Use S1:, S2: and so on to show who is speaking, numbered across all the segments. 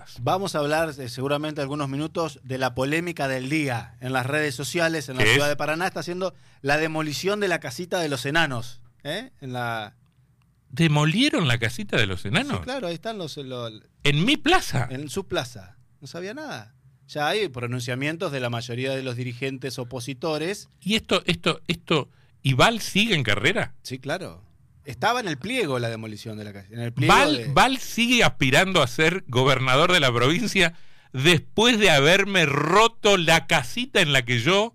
S1: temas.
S2: Vamos a hablar eh, seguramente algunos minutos de la polémica del día en las redes sociales en la
S1: ¿Qué es?
S2: ciudad de Paraná. Está haciendo la demolición de la casita de los enanos. ¿eh? En la...
S1: ¿Demolieron la casita de los
S2: Sí,
S1: enanos? Ah.
S2: claro, ahí están los, los-
S1: En mi plaza.
S2: en su plaza. No sabía nada. Ya hay pronunciamientos de la mayoría de los dirigentes opositores.
S1: ¿Y esto, esto, esto, Ibal sigue en carrera?
S2: Sí, claro. Estaba en el pliego la demolición de la casa. En el pliego
S1: Val,
S2: de-
S1: Val sigue aspirando a ser gobernador de la provincia después de haberme roto la casita en la que yo.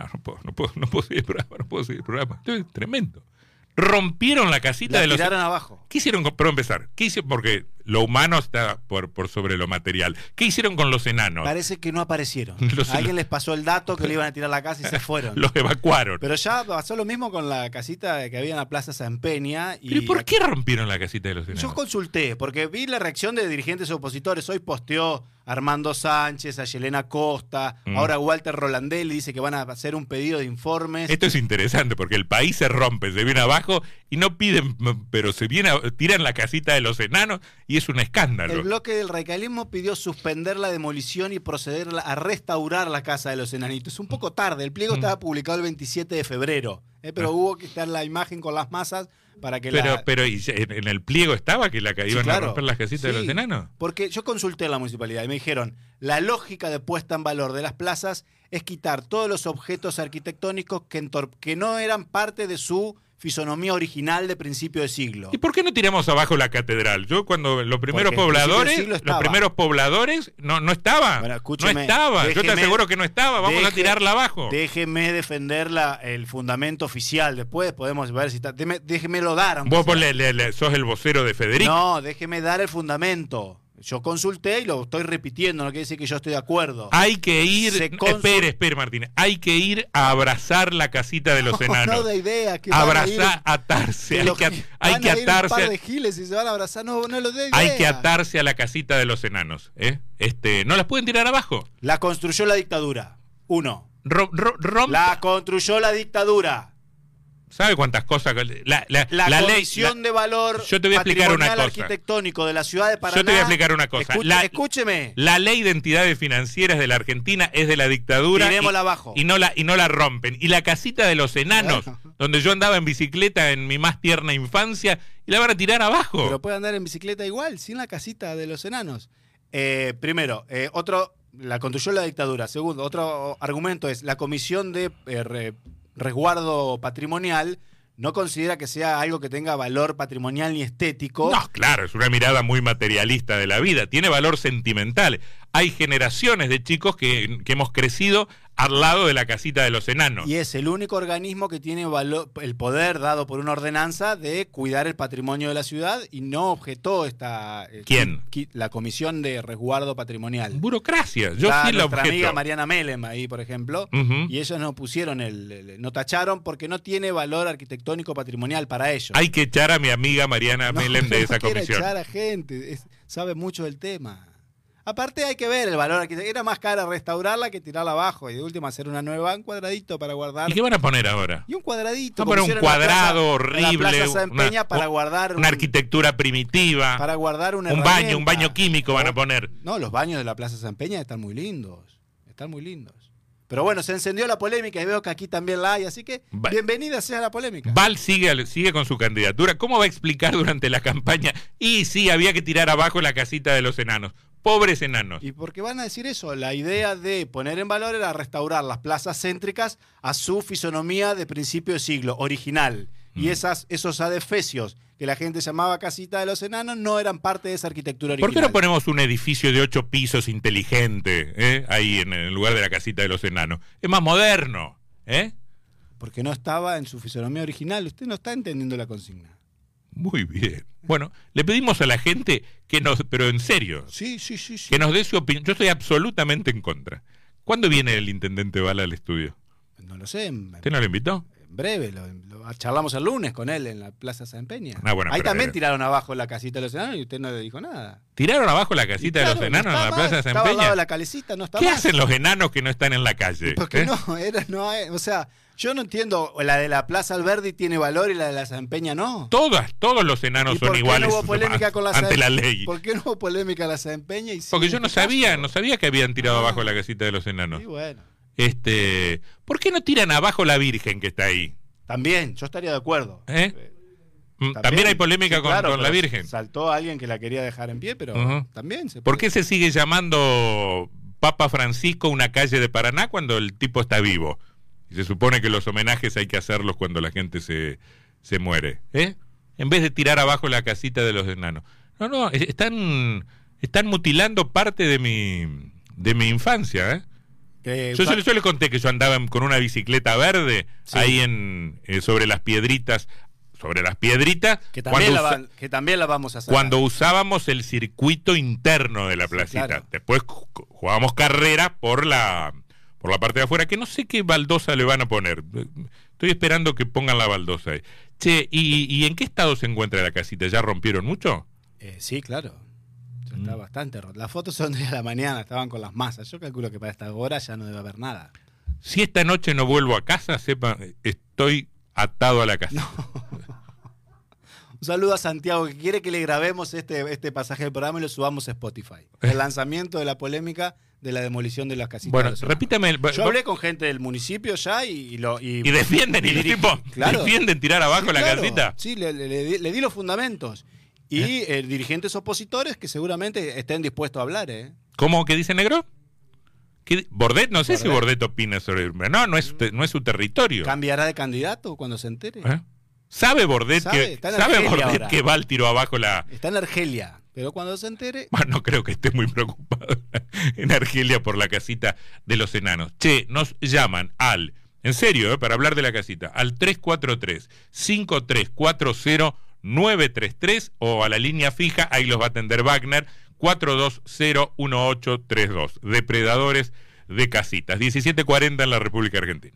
S1: No, no puedo, no puedo, no puedo seguir el programa, no puedo seguir el programa. Esto es tremendo. Rompieron la casita
S2: la
S1: de los.
S2: tiraron abajo.
S1: ¿Qué hicieron con, para empezar? ¿Qué hicieron? Porque lo humano está por, por sobre lo material. ¿Qué hicieron con los enanos?
S2: Parece que no aparecieron.
S1: Los-
S2: A Alguien les pasó el dato que le iban a tirar la casa y se fueron.
S1: Los evacuaron.
S2: Pero ya pasó lo mismo con la casita que había en la Plaza San Peña. Y
S1: ¿Pero ¿Y por qué rompieron la casita de los enanos?
S2: Yo consulté, porque vi la reacción de dirigentes opositores. Hoy posteó Armando Sánchez, a Yelena Costa,
S1: Mm.
S2: ahora Walter Rolandelli dice que van a hacer un pedido de informes.
S1: Esto es interesante porque el país se rompe, se viene abajo y no piden, m- pero se viene, a- tiran la casita de los enanos y es un
S2: El
S1: escándalo.
S2: bloque del radicalismo pidió suspender la demolición y proceder a restaurar la casa de los enanitos. Un poco tarde, el pliego
S1: Mm.
S2: estaba publicado el 27 de febrero, ¿eh? pero
S1: Ah.
S2: hubo que estar la imagen con las masas para que
S1: Pero,
S2: la...
S1: pero ¿y ya en, en el pliego estaba que la ca-
S2: Sí,
S1: iban
S2: claro.
S1: a romper las casitas de
S2: Sí.
S1: los enanos.
S2: Porque yo consulté a la municipalidad y me dijeron, la lógica de puesta en valor de las plazas es quitar todos los objetos arquitectónicos que, entor- que no eran parte de su fisonomía original de principio de siglo.
S1: ¿Y por qué no tiramos abajo la catedral? Yo cuando los primeros
S2: Porque en principio del
S1: pobladores,
S2: siglo
S1: los
S2: estaba.
S1: primeros pobladores no no estaba,
S2: Bueno,
S1: no
S2: escúcheme,
S1: estaba. Yo te
S2: déjeme-
S1: aseguro que no estaba. Vamos a
S2: deje-
S1: tirarla abajo.
S2: Déjeme defender la- el fundamento oficial, después podemos ver si está... deme- déjemelo dar. aunque
S1: Vos
S2: sea.
S1: vos le- le- le- sos el vocero de Federico.
S2: No, déjeme dar el fundamento. Yo consulté y lo estoy repitiendo, no quiere decir que yo estoy de acuerdo.
S1: Hay que ir,
S2: Se
S1: eh,
S2: consu-
S1: espere, espere Martínez, hay que ir a abrazar la casita de los enanos.
S2: No, da idea que van a ir-
S1: abrazar, atarse, hay
S2: los-
S1: que, at- hay
S2: van
S1: que
S2: a ir un
S1: atarse,
S2: par de giles y se van a abrazar, no, no lo dé
S1: hay
S2: idea.
S1: que atarse a la casita de los enanos, ¿eh? Este, no las pueden tirar abajo.
S2: La construyó la dictadura. Uno.
S1: Ro- ro- romp-
S2: La construyó la dictadura.
S1: ¿Sabe cuántas cosas? La, la-
S2: La,
S1: la ley.
S2: condición
S1: la-
S2: de valor
S1: Yo te voy a explicar una
S2: patrimonial
S1: cosa.
S2: arquitectónico de la ciudad de Paraná.
S1: Yo te voy a explicar una cosa.
S2: Escuche-
S1: La-
S2: escúcheme.
S1: la ley de entidades financieras de la Argentina es de la dictadura y,
S2: Tirémosla abajo.
S1: y no la y no la rompen. Y la casita de los enanos,
S2: Bueno.
S1: donde yo andaba en bicicleta en mi más tierna infancia, y la van a tirar abajo.
S2: Pero puede andar en bicicleta igual, sin la casita de los enanos. Eh, primero, eh, otro, la construyó la dictadura. Segundo, otro argumento es la comisión de eh, re- resguardo patrimonial no considera que sea algo que tenga valor patrimonial ni estético.
S1: No, claro, es una mirada muy materialista de la vida, tiene valor sentimental. Hay generaciones de chicos que, que hemos crecido al lado de la casita de los enanos.
S2: Y es el único organismo que tiene valo- el poder dado por una ordenanza de cuidar el patrimonio de la ciudad y no objetó esta... eh,
S1: ¿Quién?
S2: qui- La Comisión de Resguardo Patrimonial.
S1: Burocracia, yo
S2: Está
S1: sí lo
S2: nuestra
S1: objeto. Mm-hmm.
S2: amiga Mariana Melem ahí, por ejemplo.
S1: Ujú.
S2: Y ellos no pusieron el, el- no tacharon porque no tiene valor arquitectónico patrimonial para ellos.
S1: Hay que echar a mi amiga Mariana
S2: No,
S1: Melem de
S2: no
S1: esa
S2: quiere
S1: comisión.
S2: echar a gente, es- sabe mucho del tema. Aparte hay que ver el valor arquitectónico. Era más cara restaurarla que tirarla abajo y de última hacer una nueva, un cuadradito para guardar.
S1: ¿Y qué van a poner ahora?
S2: Y un cuadradito.
S1: Ah,
S2: como
S1: pero un
S2: hicieron en la
S1: cuadrado
S2: plaza- en la
S1: horrible,
S2: plaza San
S1: una-
S2: Peña para
S1: un-
S2: guardar
S1: Una arquitectura primitiva,
S2: para guardar una
S1: un baño, un
S2: herramienta.
S1: baño químico van a poner.
S2: No, los baños de la Plaza San Peña están muy lindos. Están muy lindos. Pero bueno, se encendió la polémica y veo que aquí también la hay, así que
S1: Va-
S2: bienvenida sea la polémica.
S1: Val sigue, al- sigue con su candidatura. ¿Cómo va a explicar durante la campaña? Y sí, había que tirar abajo la casita de los enanos. Pobres enanos.
S2: Y porque van a decir eso, la idea de poner en valor era restaurar las plazas céntricas a su fisonomía de principio de siglo, original. Y
S1: Mm.
S2: esas, esos adefesios que la gente llamaba casita de los enanos no eran parte de esa arquitectura original.
S1: ¿Por qué no ponemos un edificio de ocho pisos inteligente eh, ahí en el lugar de la casita de los enanos? Es más moderno. ¿eh?
S2: Porque no estaba en su fisonomía original. Usted no está entendiendo la consigna.
S1: Muy bien. Bueno, le pedimos a la gente que nos, pero en serio,
S2: Sí, sí, sí, sí.
S1: que nos dé su opinión. Yo estoy absolutamente en contra. ¿Cuándo viene el intendente Bala al estudio?
S2: No lo sé. En,
S1: ¿Usted no lo invitó?
S2: en breve, lo, lo- charlamos el lunes con él en la Plaza San Peña.
S1: Ah, bueno,
S2: Ahí
S1: pero-
S2: también tiraron abajo la casita de los enanos y usted no le dijo nada.
S1: ¿Tiraron abajo la
S2: Y
S1: casita de
S2: claro,
S1: los
S2: no
S1: enanos en
S2: está
S1: la
S2: mal,
S1: Plaza de San
S2: Estaba al lado
S1: Peña?
S2: de la calecita, no está
S1: ¿Qué
S2: mal.
S1: hacen los enanos que no están en la calle?
S2: Porque
S1: eh?
S2: no, era, no, eh, o sea, Yo no entiendo, la de la Plaza Alberdi tiene valor y la de la San Peña no.
S1: Todas, todos los enanos
S2: ¿Y por
S1: son
S2: qué
S1: iguales
S2: no hubo polémica con la
S1: ante
S2: San-
S1: la ley.
S2: ¿Por qué no hubo polémica la San Peña y sí?
S1: Porque yo no sabía, no sabía que habían tirado
S2: Ah.
S1: abajo la casita de los enanos.
S2: Y bueno,
S1: Este, ¿por qué no tiran abajo la Virgen que está ahí?
S2: también, yo estaría de acuerdo.
S1: ¿Eh?
S2: Eh,
S1: Mm, También, hay polémica
S2: sí,
S1: con,
S2: claro,
S1: con la
S2: pero
S1: Virgen.
S2: Saltó a alguien que la quería dejar en pie, pero
S1: Ujú.
S2: también se
S1: ¿Por
S2: puede.
S1: qué se sigue llamando Papa Francisco una calle de Paraná cuando el tipo está vivo? Y se supone que los homenajes hay que hacerlos cuando la gente se, se muere. ¿eh? En vez de tirar abajo la casita de los enanos. No, no, es- están, están mutilando parte de mi, de mi infancia. ¿eh?
S2: Que-
S1: Yo, yo- yo le conté que yo andaba en- con una bicicleta verde
S2: Sí.
S1: ahí en, eh, sobre las piedritas. Sobre las piedritas.
S2: que, también la
S1: usa-
S2: van- que también la vamos a hacer.
S1: cuando usábamos el circuito interno de la placita.
S2: claro.
S1: Después ju- ju- jugábamos carrera por la por la parte de afuera, que no sé qué baldosa le van a poner. Estoy esperando que pongan la baldosa ahí. Che, ¿y, y en qué estado se encuentra la casita? ¿Ya rompieron mucho?
S2: Eh, sí, claro. Ya Está
S1: Mm.
S2: bastante roto. Las fotos son de la mañana, estaban con las masas. Yo calculo que para esta hora ya no debe haber nada.
S1: Si esta noche no vuelvo a casa, sepa, estoy atado a la casa.
S2: Un saludo a Santiago que quiere que le grabemos este, este pasaje del programa y lo subamos a Spotify.
S1: Eh.
S2: El lanzamiento de la polémica de la demolición de las casitas.
S1: bueno,
S2: de los enanos.
S1: repítame. el-
S2: Yo hablé con gente del municipio ya y, y lo. Y,
S1: Y defienden, y,
S2: y dirigí-
S1: tipo,
S2: claro.
S1: defienden tirar abajo
S2: Sí,
S1: Ah, la
S2: claro.
S1: casita.
S2: Sí, le, le- le di- le di los fundamentos. Y eh, dirigentes opositores que seguramente estén dispuestos a hablar, ¿eh?
S1: ¿Cómo que dice negro? ¿Qué di- Bordet, no sé si
S2: Bordet.
S1: Bordet opina sobre. No, no es, te- no es su territorio.
S2: ¿Cambiará de candidato cuando se entere?
S1: ¿Eh? ¿Sabe Bordet,
S2: Sabe, está
S1: que,
S2: en
S1: ¿sabe
S2: Argelia
S1: Bordet
S2: ahora.
S1: que va al tiro abajo la.?
S2: Está en Argelia, pero cuando se entere.
S1: Bueno, no creo que esté muy preocupado en Argelia por la casita de los enanos. Che, nos llaman al. En serio, eh, para hablar de la casita, al 343-5340-933 o a la línea fija, ahí los va a atender Wagner, 4201832. Depredadores de casitas, 1740 en la República Argentina.